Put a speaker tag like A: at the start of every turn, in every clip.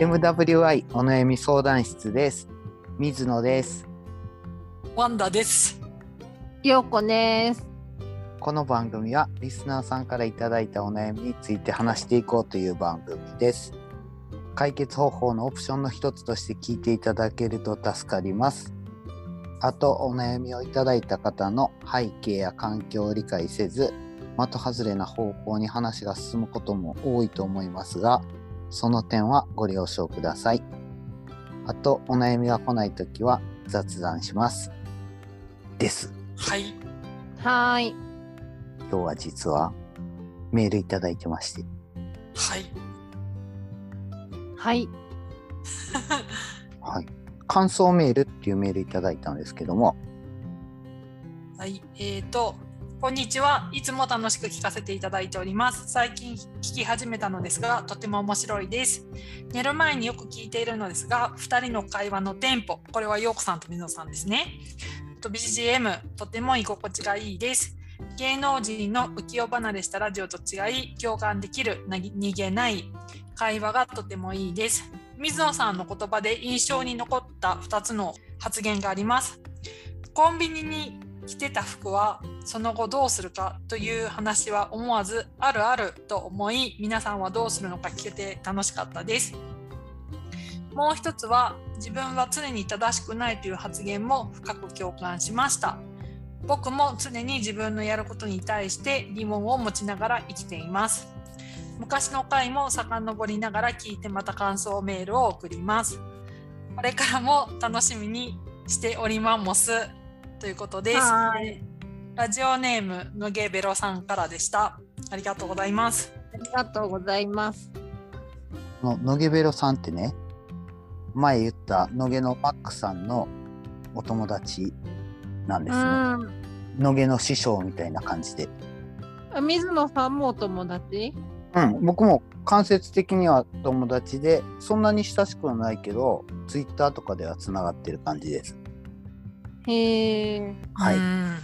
A: MWI お悩み相談室です水野です
B: ワンダです。
C: ようこです。
A: この番組はリスナーさんからいただいたお悩みについて話していこうという番組です解決方法のオプションの一つとして聞いていただけると助かりますあとお悩みをいただいた方の背景や環境を理解せず的外れな方向に話が進むことも多いと思いますがその点はご了承くださいあとお悩みが来ないときは雑談しますです
B: はい。
C: はーい。
A: 今日は実はメールいただいてまして
B: はい。
C: はい。
A: 感想メールっていうメールいただいたんですけども
B: はい。えっ、と、こんにちは。いつも楽しく聞かせていただいております。最近聞き始めたのですが、とても面白いです。寝る前によく聞いているのですが、2人の会話のテンポ、これは陽子さんと水野さんですね。と BGM、とても居心地がいいです。芸能人の浮世離れしたラジオと違い、共感できる、なぎ逃げない会話がとてもいいです。水野さんの言葉で印象に残った2つの発言があります。コンビニに着てた服はその後どうするかという話は思わずあるあると思い皆さんはどうするのか聞けて楽しかったですもう一つは自分は常に正しくないという発言も深く共感しました僕も常に自分のやることに対して疑問を持ちながら生きています昔の回も遡りながら聞いてまた感想メールを送りますこれからも楽しみにしておりまもすということです
C: は
B: ラジオネームのげベロさんからでしたありがとうございます
C: ありがとうございます。
A: この野毛ベロさんってね前言った野毛のマックさんのお友達なん
C: う
A: ですね
C: ん。
A: 野毛の師匠みたいな感じで、
C: あ水野さんもお友達？
A: うん、僕も間接的には友達でそんなに親しくはないけどツイッターとかではつながってる感じです
C: へえ。
A: はいう
B: ーん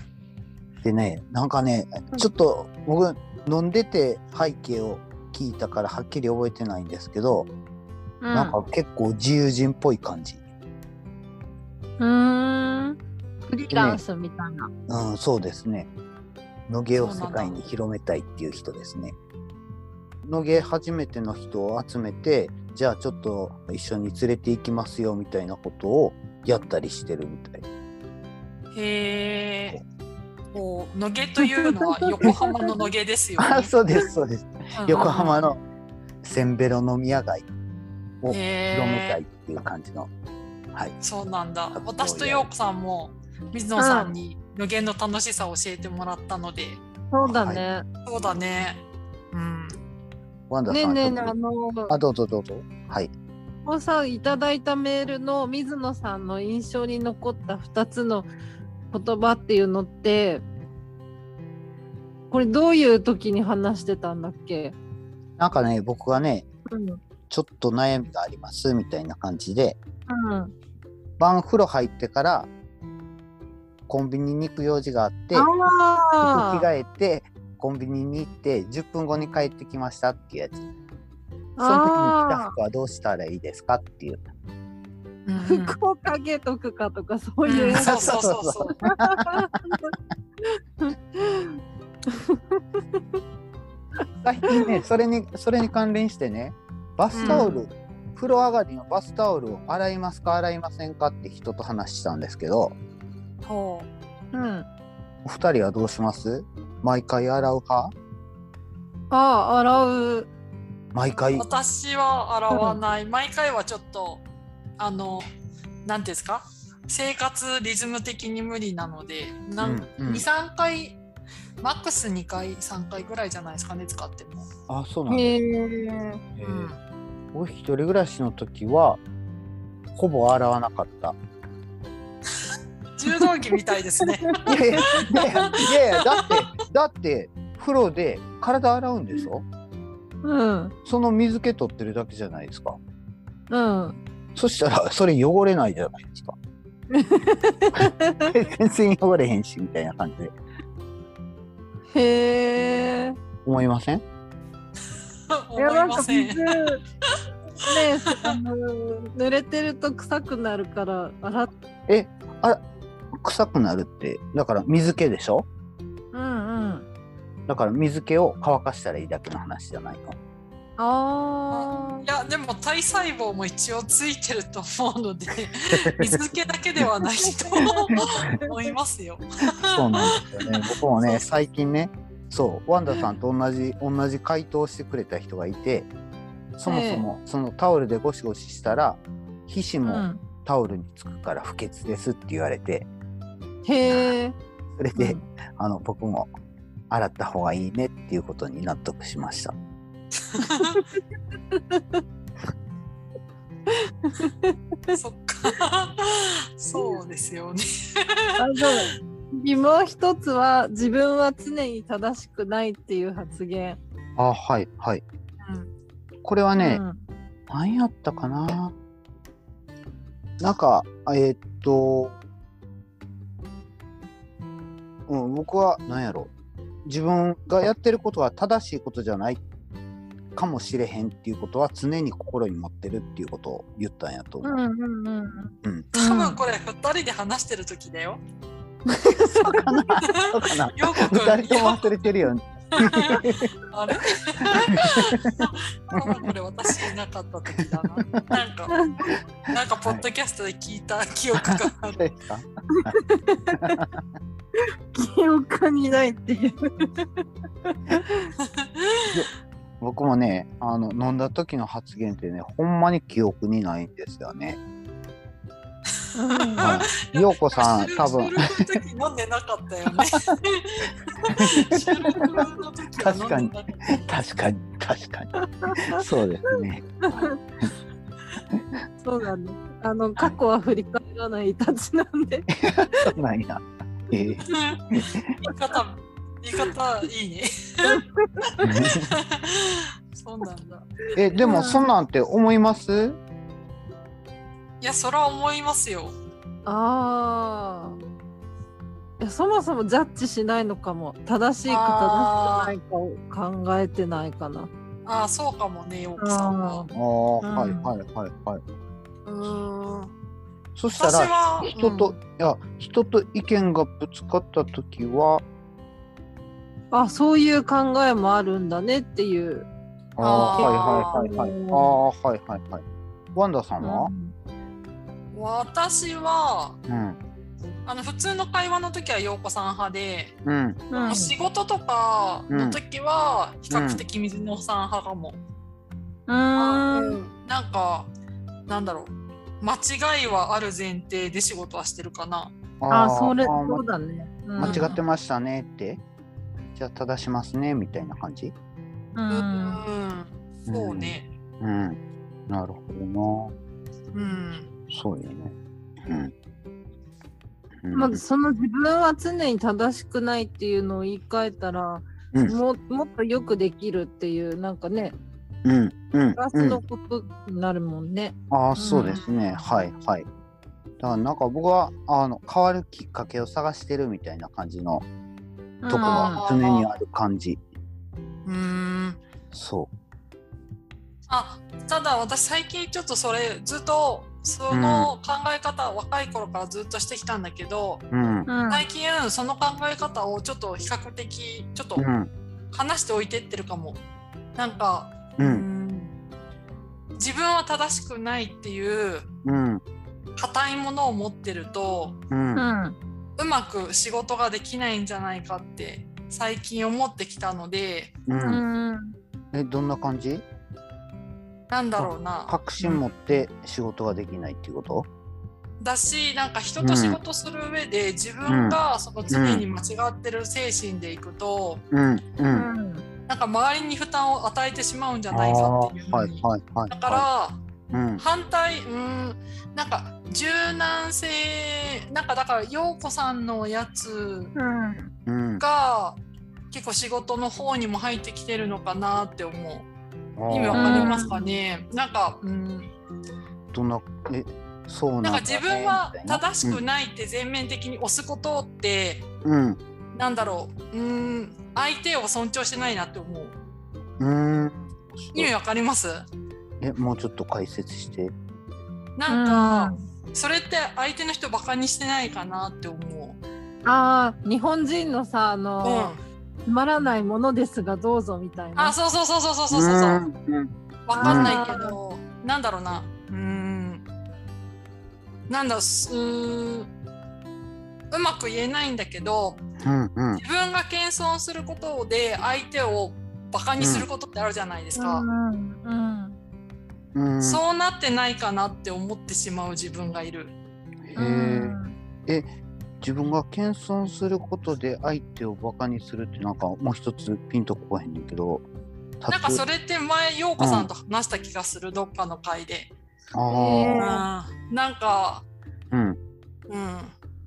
A: でねなんかねちょっと僕飲んでて背景を聞いたからはっきり覚えてないんですけど、
C: うん。
A: なんか結構自由人っぽい感じ
C: うーん。フリーランスみたいな。
A: うん、そうですね。野毛を世界に広めたいっていう人ですね。野毛初めての人を集めて、じゃあちょっと一緒に連れて行きますよみたいなことをやったりしてるみ たい。
B: へえこう野毛というのは横浜の野毛 ですよ、ね
A: あ、そうです、そうです。
B: うん
A: 横浜のセンベロ飲み屋街を広
B: へ
A: めたい
B: え
A: っていう感じの。はい。
B: そうなんだ私と陽子さんも水野さんに野毛の楽しさを教えてもらったので
C: そうだね。
B: そうだねうん
A: ワンダ
C: ねえ
A: さん。
C: ねえ
A: ち
C: ねえ
A: ょっ
C: あ
A: と
C: の
A: あ、どうぞどうぞ。はい。
C: おさいただいたメールの水野さんの印象に残った二つの言葉っていうのって。これどういう時に話してたんだっけ？
A: なんかね、僕はね、
C: うん。
A: ちょっと悩みがありますみたいな感じで、
C: うん。
A: 晩風呂入ってからコンビニに行く用事があって服
C: あ
A: 着
C: あ。
A: 替えてコンビニに行って10分後に帰ってきましたっていうやつその時に着た
C: あ
A: 服はどうしたらいいですかっていう
B: うん
C: あ。服をかけとくかとかそういううんやつ
B: そうそうそうそう
A: 最近ねそれにそれに関連してねバスタオル、
C: う
A: 風呂上がりのバスタオルを洗いますか洗いませんかって人と話したんですけど
B: ほう
C: うん。
A: お二人はどうします毎回洗う派
C: ああ、洗う。
A: 毎回
B: 私は洗わない毎回はちょっとあの何ていうんですか生活リズム的に無理なのでなんか
A: うんうん
B: 23回マックス2回3回ぐらいじゃないですかね使っても、
A: あそうなんだ、
C: へえ。
A: へ
B: う
A: ー
B: ん
A: 僕一人暮らしの時はほぼ洗わなか った。
B: 柔道着みたいですね
A: いやいやいやいやだってだって風呂で体洗うんでしょ
C: うん。
A: その水気取ってるだけじゃないですか。
C: うん。
A: そしたらそれ汚れないじゃないです か。全然汚れへんしみたいな感じで
C: へえ。
A: 思いません
B: 思いません
C: 水。ねあの濡れてると臭くなるから洗っ
A: 臭くなるってだから水気でしょ
C: うんうん
A: だから水気を乾かしたらいいだけの話じゃないの
C: あ
B: いやでも体細胞も一応ついてると思うので水漬けだけではないと思いますよ。
A: そうなんですよ ね。僕も
B: そ
A: ね
B: う
A: 最近ね、そうワンダさんと同じ同じ回答をしてくれた人がいて、そもそもそのタオルでゴシゴシしたら皮脂
C: ーう
A: も
C: ん
A: タオルにつくから不潔ですって言われて、
C: へえ
A: それで、
C: うん
A: あの僕も洗った方がいいねっていうことに納得しました。
B: そっかそうですよね。
C: あの疑問一つは自分は常に正しくないっていう発言
A: あはいはい。
B: うん
A: これはね、
C: うん
A: 何やったかななんかえーっとうん僕は何やろ自分がやってることは正しいことじゃないかもしれへんっていうことは常に心に持ってるっていうことを言ったんやと思
C: う
A: う、
C: んうんうん
A: うん
B: 多分これ2人で話してる時だよ。
A: そうかなそうかな
B: ようこくん
A: 2人とも忘れてるよね
B: あ れ多分これ私いなかった時だな。なんか、なんかポッドキャストで聞いた記憶が
A: そ
B: あ
A: う
B: る。
A: ですか
C: 記憶にないっていう
A: 僕もねあの飲んだ時の発言ってねほんまに記憶にないんですよね、はい、ようこさん多分
B: 収録の時飲んでなかったよね。収録の時は飲んでなかった
A: 確かに確か にそうですね
C: そうだねあの過去は振り返らないたちなんで
A: そうなんやえー
B: 言い方、言い方いいね。 そうなんだ。
A: えでもそんなんて思います
B: いや、それは思いますよ。
C: ああ。いやそもそもジャッジしないのかも。正しいか正しくないかを考えてないかな。
B: ああ、そうかもね、ようこさん
A: あ
B: は。
A: あはい
C: うん
A: はいはいはい
B: うん。
A: そした
B: 私
A: ら
B: は、
A: 人と、いや人と意見がぶつかった時は
C: あ、そういう考えもあるんだねっていう。
A: あ
B: あ
A: あ
B: ー
A: はいはいはいはい
C: うん
A: ああはいはいはいワンダさんは
B: うん私は、
A: うん
B: あの普通の会話の時は陽子さん派で、
A: うん
C: うん
B: 仕事とかの時は比較的水野さん派かも、
C: うーん。
B: なんかなんだろう間違いはある前提で仕事はしてるかな
C: あ、
A: ー
C: それ、
A: あー
C: そうだね。うん
A: ま間違ってましたねってじゃあ正しますねみたいな感じ
C: うん
B: うん、そうね
A: うんなるほど
B: うん
A: なそうよねうんうん
C: まずその自分は常に正しくないっていうのを言い換えたら、
A: うん
C: ももっとよくできるっていうなんかね
A: うんうん
C: プラ
A: う
C: ス
A: ん
C: のことになるもんね。
A: ああそうですね、はいはいだからなんか僕はあの変わるきっかけを探してるみたいな感じの
C: うん
A: とこが常にある感じ、
B: うん
A: そう
B: あただ私最近ちょっとそれずっとその考え方、若い頃からずっとしてきたんだけど
A: うんうん
C: うん
B: 最近その考え方をちょっと比較的ちょっと話しておいてってるかもなんか
A: う
B: うんん自分は正しくないっていう
A: うん
B: 硬いものを持ってると
A: うん
C: うん
B: うまく仕事ができないんじゃないかって最近思ってきたので
A: う
C: うんん
A: えどんな感じ
B: なんだろうな
A: 確信持って仕事ができないっていうこと、
B: だしなんか人と仕事する上で自分がその常に間違ってる精神でいくと
A: うんう
C: うんん
B: なんか周りに負担を与えてしまうんじゃ
A: あ
B: ないかっていう
A: ー
B: ふ
A: は
B: う
A: い
B: に。
A: はいはい
B: だから、
A: はうん
B: うん反対うーんなんか柔軟性なんかだから陽子さんのやつ
C: うん
A: うん
B: が結構仕事の方にも入ってきてるのかなって思う意味わ
C: ん
B: か
C: な
B: り
C: い
B: ますかねなんかうん
A: どんなえそうなんだ
B: なん
A: ね
B: か自分は
A: みたいな
B: 正しくないって全面的に押すことって
A: うん
B: なんだろううーん相手を尊重してないなって思う
A: うん
B: 意味わかります
A: えもうちょっと解説して
B: なんか、それって相手の人バカにしてないかなって思う。
C: あー日本人のさあ
B: う
C: の、
B: ん。
C: つまらないものですがどうぞみたいな
B: あ、そうそうそうそうそうそうそうそう。
A: うんうん
B: わかんないけど、なんだろうな。うーん。なんだろう、すうーんうまく言えないんだけど、
A: うんうん
B: 自分が謙遜することで相手をバカにすることってあるじゃないですか。
C: うんうん
A: うん
B: そうなってないかなって思ってしまう自分がいる。
A: へ
C: う
A: え
C: ん
A: 自分が謙遜することで相手をバカにするってなんかもう一つピンとこへんねんけど
B: なんかそ
A: れ
B: れって前陽子さんと話した気がする、どっかの回で。
C: う
B: うんん、
A: あ
B: なんか、
A: ーうん
B: うん、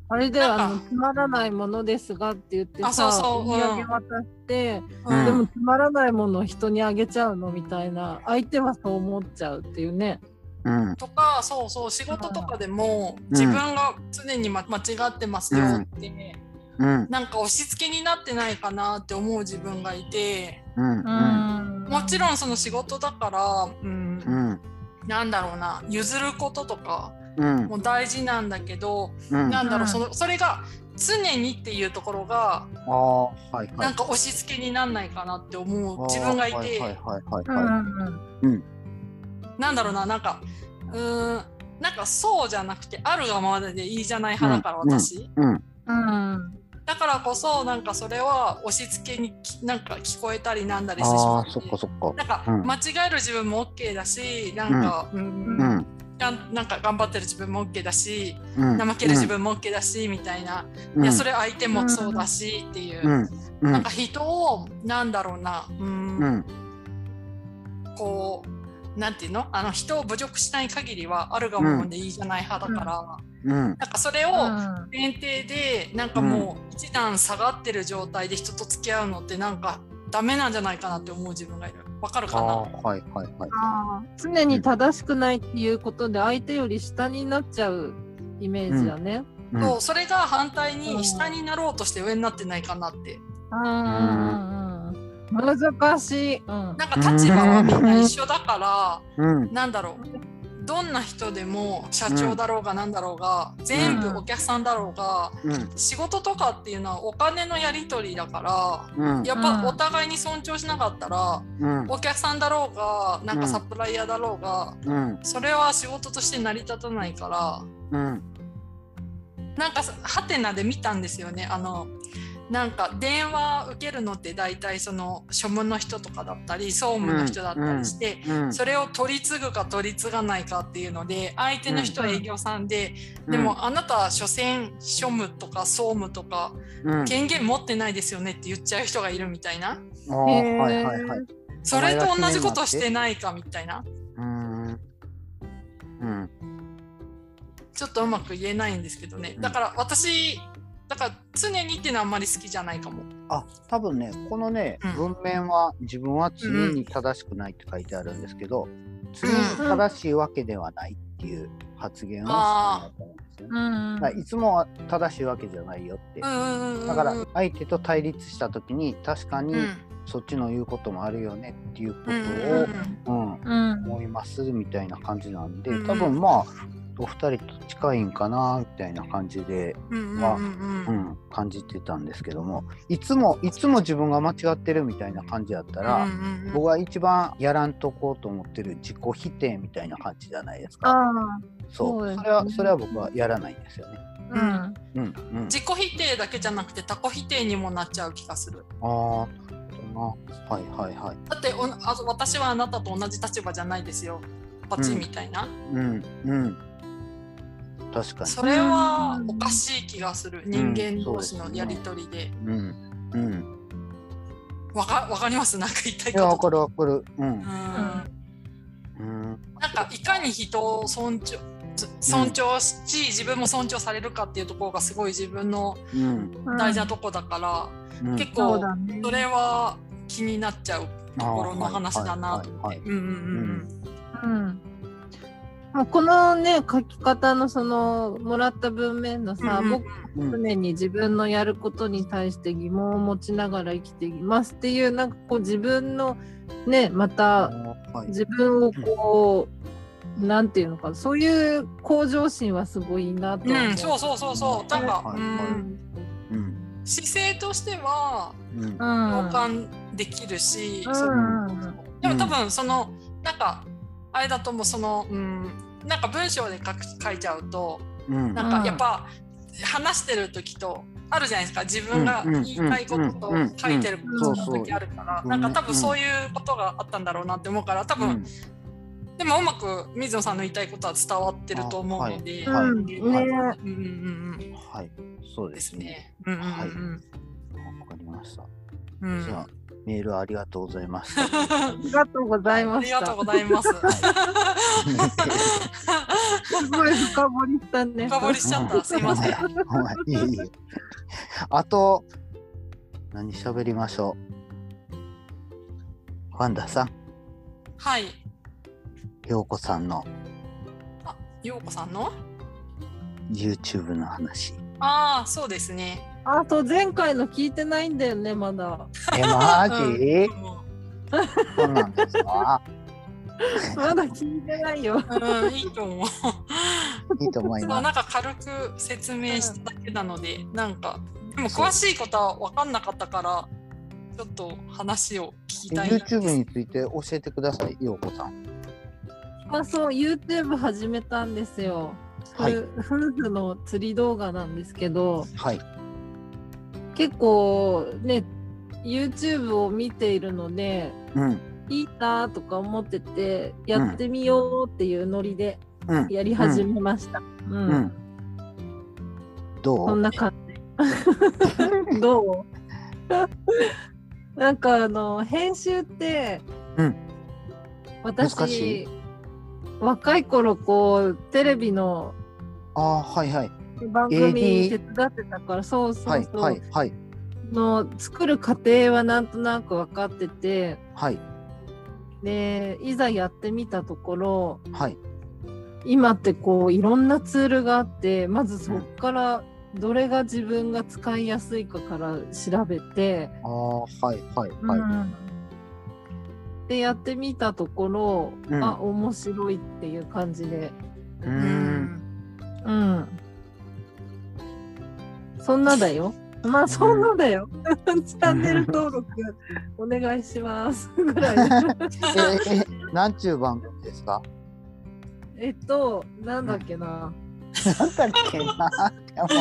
C: あれで
B: なんか
C: はあのつまらないものですがって言って
B: あそう
C: さ
B: そう
C: お土産渡して、
A: うん
C: でもつまらないものを人にあげちゃうのみたいな相手はそう思っちゃうっていうね。
A: うん
B: とかそうそう仕事とかでも
A: ん
B: 自分が常に、ま、間違ってますよって、
A: うん
B: なんか押し付けになってないかなって思う自分がいて
A: うんうん
B: もち
C: ん
B: ろんその仕事だから、うん
A: うん
B: なんだろうな譲ることとか
A: うん
B: も大事なんだけど、
A: うん
B: な
A: あ
B: んだろ
C: う
B: うんそのそれが常にっていうところが
A: あーはいは
B: ないんか押し付けになんないかなって思う自分がいて。
A: あーはいはいはいうはいはい
C: ん
B: なんだろうな、なんか、うーん、なんかそうじゃなくて、あるがままでいいじゃない派だから、
A: うん
B: 私。
A: うん
C: うん
B: だからこそ、なんかそれは押し付けにきなんか聞こえたりなんだりしてしま
A: あ
B: っ
A: あ
B: て
A: そっかそっか
B: なんか、
A: うん
B: 間違える自分も OK だし、なんか、う
A: う
B: んうん
A: ん
B: がんなんか頑張ってる自分も OK だし、
A: うん
B: 怠ける自分も OK だし、みたいな、
A: うん
B: いや、それ相手もそうだしっていう、
A: うんう
B: なん
A: ん
B: か人を、なんだろうな、うん
A: うん
B: こうなんていうのあの人を侮辱しない限りはあるがままでいいじゃない派だから、
A: うん
B: なんかそれを前提でなんかもう一段下がってる状態で人と付き合うのってなんかダメなんじゃないかなって思う自分がいるわかる
A: あ
B: か
A: あ
B: な
A: ーはいはいはい
C: 常に正しくないっていうことで相手より下になっちゃうイメージだね。
A: うん
B: そうそれが反対
C: う
B: に
C: ん
B: 下になろうとして上になってないかなって
C: うん難しい。うん
B: なんか立場はみんな一緒だから
A: うん
B: なんだろうどんな人でも社長だろうがなんだろうが全部お客さんだろうが
A: うん
B: 仕事とかっていうのはお金のやり取りだから
A: うん
B: やっ
C: う
B: ぱ
C: ん
B: お互いに尊重しなかったら
A: うん
B: お客さんだろうがなん
A: う
B: か
A: ん
B: サプライヤーだろうが
A: うん
B: それは仕事として成り立たないから
A: うん
B: なんかさハテナで見たんですよねあのなんか電話受けるのって大体その庶務の人とかだったり総務の人だったりして。
A: うん
B: それを取り継ぐか取り継がないかっていうので相手の人は営業さんで、
A: うん
B: でもあなたは所詮庶務とか総務とか
A: うん
B: 権限持ってないですよねって言っちゃう人がいるみたいな
A: ああはいはいはい
B: それと同じことしてないかみたいな
A: うーんうん
B: ちょっとうまく言えないんですけどね
A: うん
B: だから私だから常にっていうのはあんまり好きじゃないかも
A: あ多分ねこのね、
B: うん
A: 文面は自分は常に正しくないって書いてあるんですけど、常に正しいわけではないっていう発言をしたんだと思うんですよね。
C: うん
A: だからいつもは正しいわけじゃないよって。
B: うんうんうんうん
A: だから相手と対立した時に確かに
B: うん
A: そっちの言うこともあるよねっていうこ
B: うんうん
A: とを、うん、
C: うん
A: 思いますみたいな感じなんで
B: うん
A: 多分まあお二人と近いんかなみたいな感じで
B: うんうんうん
A: まあ
B: うん
A: う
B: うん
A: ん、感じてたんですけどもいつもいつも自分が間違ってるみたいな感じだったら、
B: うんうん
A: 僕は一番やらんとこうと思ってる自己否定みたいな感じじゃないですか。
C: あ
A: そう
C: そう
A: そ
C: ですね
A: れはそれは僕はやらないんですよね。
C: あうん
A: うんうん、
B: 自己否定だけじゃなくて他己否定にもなっちゃう気がする
A: ああなるほどなはいはいはい。
B: だっておあ私はあなたと同じ立場じゃないですよパチンみたいな、
A: うんうん、確かに。
B: それはおかしい気がする人間同士
A: そう
B: の
A: ですね
B: やり取りで
A: うんうん、
B: わかわかりますなんか言いたい
A: いやわ
B: こ
A: か
B: と
A: るわかる。うん
B: うん
A: うん
B: なんかいかに人を尊重つ尊重し、自分も尊重されるかっていうところがすごい自分の
A: うん
B: 大事なとこだから、
A: うん、
B: 結
C: そ
B: 構
C: うだね。
B: それは気になっちゃう。
A: と
B: ころの話だなと
A: 思って。
B: うんうん
C: うんもうこのね書き方のそのもらった文面の
B: うんうん。
C: さ、
B: うんうん
C: 僕常に自分のやることに対して疑問を持ちながら生きていますっていうなんかこう自分のねまた
A: はい
C: 自分をこう、なんていうのかなそういう向上心はすごいなと思
B: うん、そうそうそうそう、なんか、
A: はい
B: うん、
A: うん
B: 姿勢としては
A: うん
B: 共
C: う
B: 感できるし、
C: うん
B: そう
C: うん
B: でも多分そのなんかあれだともうその、うん、なんか文章で書く書いちゃうと
A: うん
B: なん
C: うん
B: かやっぱ話してる時とあるじゃないですか自分が言いたいことと
A: うんうんうん
B: 書いてることの
A: そうそう
B: 時あるから
A: うん
B: なんか多分そういうことがあったんだろうなって思うから多
A: う
B: 分
A: ん
B: でもうまく水野さんの言いたいことは伝わってると思うので。
A: あはい
C: んね
B: うんうんうん
A: はいそう
B: うん
A: で
B: ですす
A: ね
B: ね。うんうんうん
A: わかりました
B: うんうん
A: じゃあメールありがとうございまし
C: ありがとうござい
B: あ
C: ま
B: り
C: し
B: がとう
C: た
B: ご。ざいます。
C: すごい深掘りしたね。
B: 深掘りしちゃった。すいません。
A: たはいいえいえあと何喋りましょうワンダさん
B: はい。
A: 陽子さんの
B: あ、ようこさんの。
A: YouTube の話
B: ああ、そうですね。
C: あと前回の聞いてないんだよねまだ。
A: えマジ
B: う
A: そうなんですか
C: まだ聞いてないよ。
B: ん、うんいいと思う。
A: いいと思い
B: ま
A: ま
B: あ、なんか軽く説明しただけなので、なんか。でも詳しいことは分かんなかったから。ちょっと話を聞き
A: す
B: たいです。
A: YouTube について教えてください陽子さん
C: あそう YouTube 始めたんですよ。
A: はい
C: ふ夫婦の釣り動画なんですけど
A: はい
C: 結構ね YouTube を見ているので
A: うん
C: いいなとか思っててやってみようっていうノリで
A: うん
C: やり始めました。うん、
A: うんど
C: そん
A: う
C: な感 じ。どうなんかあの編集って、
A: うん難し
C: 私若い頃こうテレビの
A: ああはいはい
C: 番
A: AD
C: 組手伝ってたからそうそうそう、
A: はいはいはい
C: の作る過程はなんとなく分かってて
A: はい
C: でいざやってみたところ
A: はい
C: 今ってこういろんなツールがあってまずそこからどれが自分が使いやすいかから調べて、
A: ああはいはいはい、
C: うんでやってみたところ、
A: うん
C: あ面白いっていう感じで、
A: う
B: うんん。
C: うん、そんなだよ。まあそんなだ よ。チャンネル登録お願いしますぐらい。
A: ええなんちゅう番組ですか
C: えっとなんだっけな。
A: なんだっけなって思って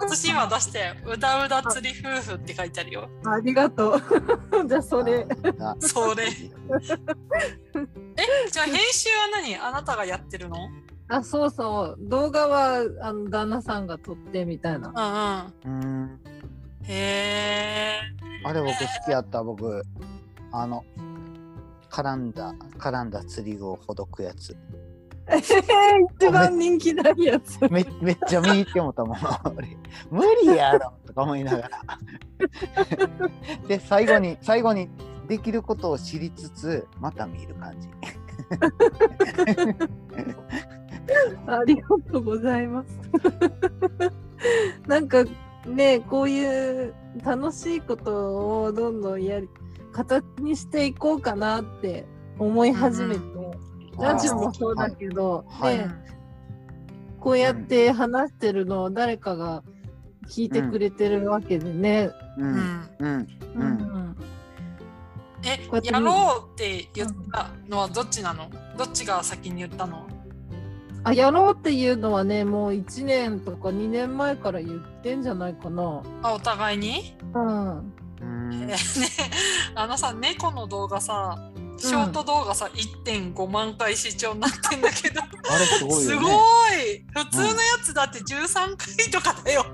B: 私今出して、うだうだ釣り夫婦って書いてある よ。
C: ありがとう。 じゃあ それ。
A: あ
B: それえ、じゃあ編集は何、あなたがやってるの。うん
C: あそうそう動画はあの旦那さんが撮ってみたいな。
B: うん。
A: うん
B: へえ。
A: あれ僕好きやった僕あの絡んだ絡んだ釣り具をほどくやつ
C: 一番人気ないやつ。
A: めめっちゃ見入って思ったもん俺無理やろとか思いながらで最後に最後にできることを知りつつまた見る感じ
C: ありがとうございます。 なんかねこういう楽しいことをどんどんやり形にしていこうかなって思い始めて、ラジオもそうだけど、
A: はい
C: ねこうやって話してるのを誰かが聞いてくれてるわけでね。
A: う
B: うんん。
A: うんうん
C: うん
B: え
C: こうやっ、て見
B: や
C: る
B: ろうって言ったのはどっちなの。どっちが先に言ったの。
C: あやろうっていうのはねもう1年とか2年前から言ってんじゃないかな。
B: あ、お互いに。
C: うん、
A: うん
B: ね、 あのさ猫の動画さショート動画さ、1.5万回視聴になってんだけど
A: あれすごい
B: す
A: よ
B: ご
A: ね
B: い普通のやつだって13回とかだ よ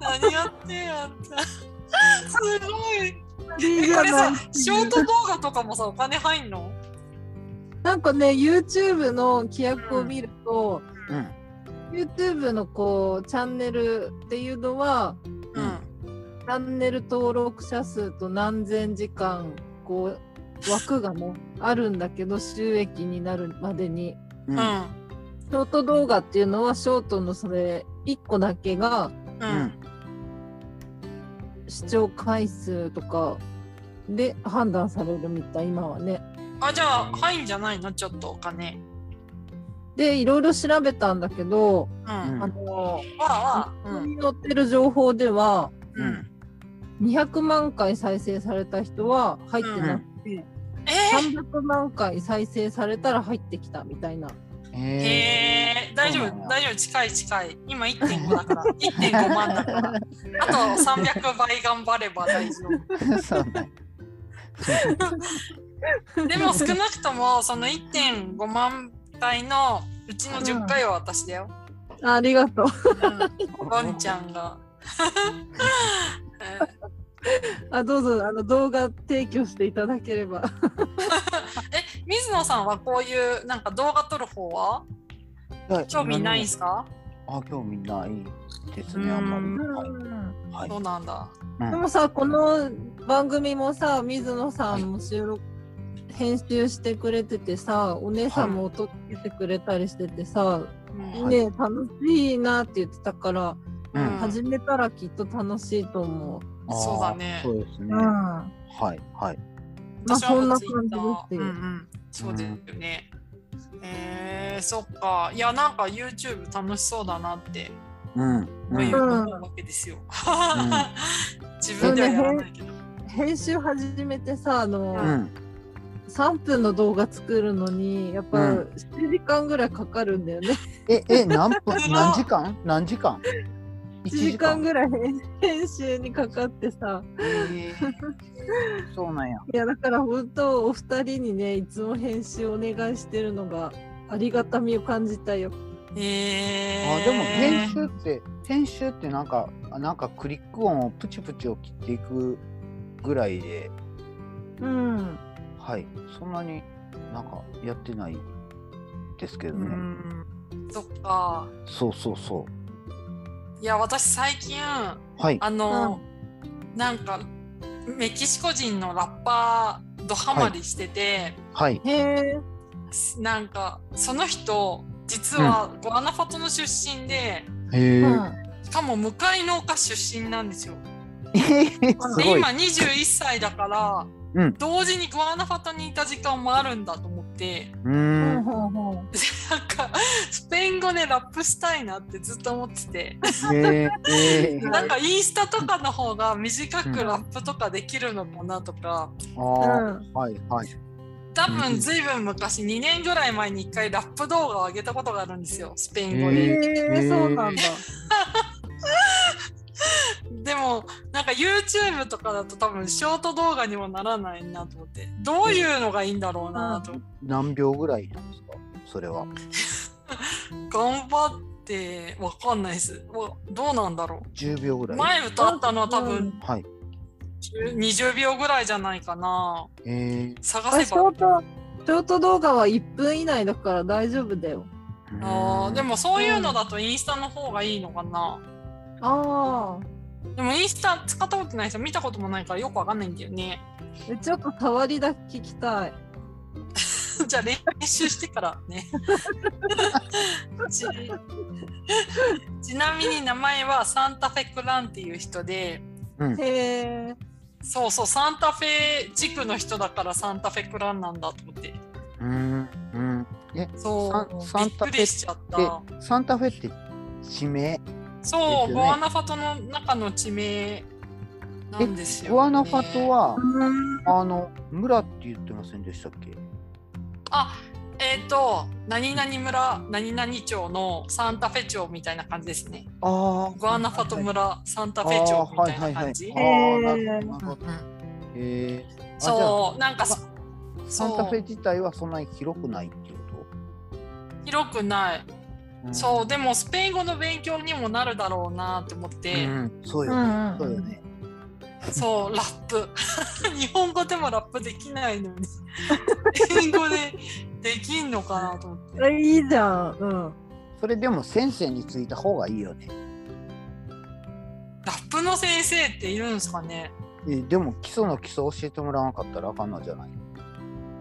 B: 何やってんやんたすごいえこれさショート動画とかもさお金入んの
C: なんかね YouTube の規約を見ると、
A: うん、
C: YouTube のこうチャンネルっていうのは
A: う
B: う
A: んん
C: チャンネル登録者数と何千時間こう枠がねあるんだけど収益になるまでに
A: う
B: うんん
C: ショート動画っていうのはショートのそれ1個だけが
B: うん
C: 視聴回数とかで判断されるみたい今はね。
B: あじゃあ入んじゃないのちょっとお金。
C: でいろいろ調べたんだけど、
B: うん。
A: ん
B: あ
C: あの
B: あああ。う
C: ここ
B: ん。
C: に載ってる情報では
B: うん。
C: 200万回再生された人は入ってなくて、
B: え
C: 300万回再生されたら入ってきたみたいな。
B: ー、えー、大丈夫大丈夫近い近い。今1.5だから。1.5万だから。あと300倍頑張れば大丈夫。
A: 夫。 そうなんや
B: でも少なくともその1.5万回のうちの10回は私だよ。
C: あありがとう。
B: うん、ワンちゃんが。
C: あどうぞあの動画提供していただければ。
B: え、水野さんはこういうなんか動画撮る方は 興味ないんすか？
A: あ、興味ないですね、あんまり。はいはい
B: そうなんだ。
C: でもさこの番組もさ水野さんも収録、編集してくれててさお姉さんも音つけてくれたりしててさ、
B: うん
A: はい
C: ね楽しいなって言ってたから、
A: う
B: うん
A: ん
C: 始めたらきっと楽しいと思
A: あー
B: そうだね
A: そうです
C: う。
A: ね。
C: うん、
A: は
C: ま
A: い、はい。
C: あ
B: 私は
C: そん
B: もう
C: な
B: ツイッター
C: 感
B: う
C: じです
B: んう
C: よ。
B: ん、そうだよね。えー、そっか。いやなんか YouTube 楽しそうだなって
A: うん。うん
C: ん
B: 思うわけですよ。 自分ではやらないけど。
C: 編集始めてさあの、
A: うん。
C: 3分の動画作るのにやっぱ
A: う
C: 7時間ぐらいかかるん だよね。
A: え、え、何分
B: う、ん
A: 何時間何時間
C: 1時間ぐらい編集にかかってさ
A: えーそうなんや。
C: いやだから本当お二人にねいつも編集お願いしてるのがありがたみを感じたよ。
B: え
A: あ
B: ー、
A: でも編集って編集ってなんかあなんかクリック音をプチプチを切っていくぐらいで
C: うん。
A: はいそんなになんかやってないですけど
B: う
A: ね、
B: ん、そっか。
A: そうそうそ
B: いや私最近
A: うはい
B: あの、なんかメキシコ人のラッパードハマりしてて、
A: はい
C: へえ。
B: なんかその人実はゴアナファトの出身で、
A: へえ、
B: しかも向かい農家出身なんですよ。
A: す
B: で
A: ごい
B: 今21歳だから、
A: うん
B: 同時にゴアナファトにいた時間もあるんだと思って
A: うー
C: うんん。
A: う
C: ほうほうほ
B: なんかスペイン語でラップしたいなってずっと思ってて。
A: へえ
C: うん
B: なんかインスタとかの方が短くラップとかできるのかなとか、
A: あ
C: う
A: ー
C: うん。
A: はいはい
B: 多分ずいぶん昔2年ぐらい前に1回ラップ動画を上げたことがあるんですよスペイン語
A: へ
B: で、
A: え
C: へえ、そうなんだ。
B: でもなんか YouTube とかだと多分ショート動画にもならないなと思ってどういうのがいいんだろうなと、
A: 何秒ぐらいなんですかそれは
B: 頑張ってわかんないですわどうなんだろ
A: 10秒ぐ
B: う
A: らい
B: 前歌ったのは多
C: うん
B: 分
A: はい
B: 10 20秒ぐらいじゃないかな
A: へえ
C: あ
B: 探
C: シ
B: せば
C: ョートショート動画は1分以内だから大丈夫だよ。
B: あーで
A: も
B: もそういうのだとインスタの方がいいのかな、
C: ああ。
B: でもインスタ使ったことない人見たこともないからよくわかんないんだよね。
C: えちょっと触りだけ聞きたい。
B: じゃあ練習してからね。 ちちなみに名前はサンタフェ・クランっていう人で、
C: へえ。
B: そうそう、サンタフェ地区の人だからサンタフェ・クランなんだと思って。
A: うんうん
B: そう、
A: サンサン
B: びっ
A: タ
B: く
A: フェ
B: りしちゃった。
A: でサンタフェって地名
B: そう、
A: ですよね
B: ゴアナファトの中の地名なんですよ、ね。
A: グアナファトは、
C: うん。
A: あの村って言ってませんでしたっけ
B: あえっ、と、何々村、何々町のサンタフェ町みたいな感じですね。
A: あ
B: グアナファト村、サンタフェ町みたいな感じ
A: あ。ー
C: へ
A: な
C: ー
A: るほどなるほど
B: うん
A: へえあ
B: そう、なん
A: ま
B: かそ
A: サンタフェ
B: う
A: 自体はそんなに広くないっていうこ
B: 広くない。
A: と、うん
B: そう、でもスペイン語の勉強にもなるだろうなと思って、
A: うんそう
C: う
A: よね、
C: んう
A: そうよ
C: ん。
A: ね
B: そう、ラップ。 日本語でもラップできな いのに、英語でできんのかなと思って。
C: えいいじゃん。うん。
A: それでも先生についた方がいいよね
B: ラップの先生っているんですかね
A: えでも基礎の基礎教えてもらわなかったらあかんのじゃない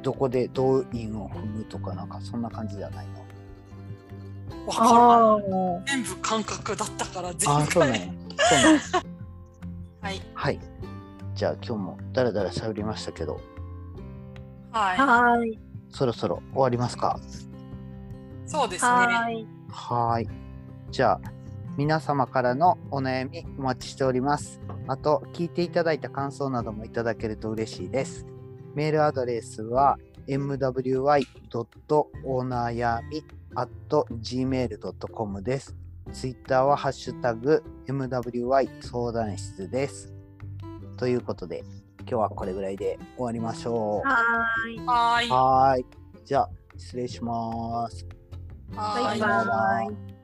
A: どこでどう韻を踏むとかなんかそんな感じじゃないの
B: わからん
C: ああ。
B: 全部感覚だったから、前
A: あーそうなん
B: 回
A: や。そうなんや
B: はい。
A: はい。じゃあ今日もだらだらしゃべりましたけど、
B: は
D: はい。
A: そろそろ終わりますか。
B: い。そうですね。
D: はい。
A: はーい。じゃあ、皆様からのお悩みお待ちしております。あと、聞いていただいた感想などもいただけると嬉しいです。メールアドレスは mwy.onayami.gmail.com です。ツイッターはハッシュタグ MWY 相談室です。ということで、今日はこれぐらいで終わりましょう。
D: はい。
B: はーい。
A: はーい。じゃあ、失礼します。
B: は
D: バ
B: ー
D: イ
B: い
D: バイ。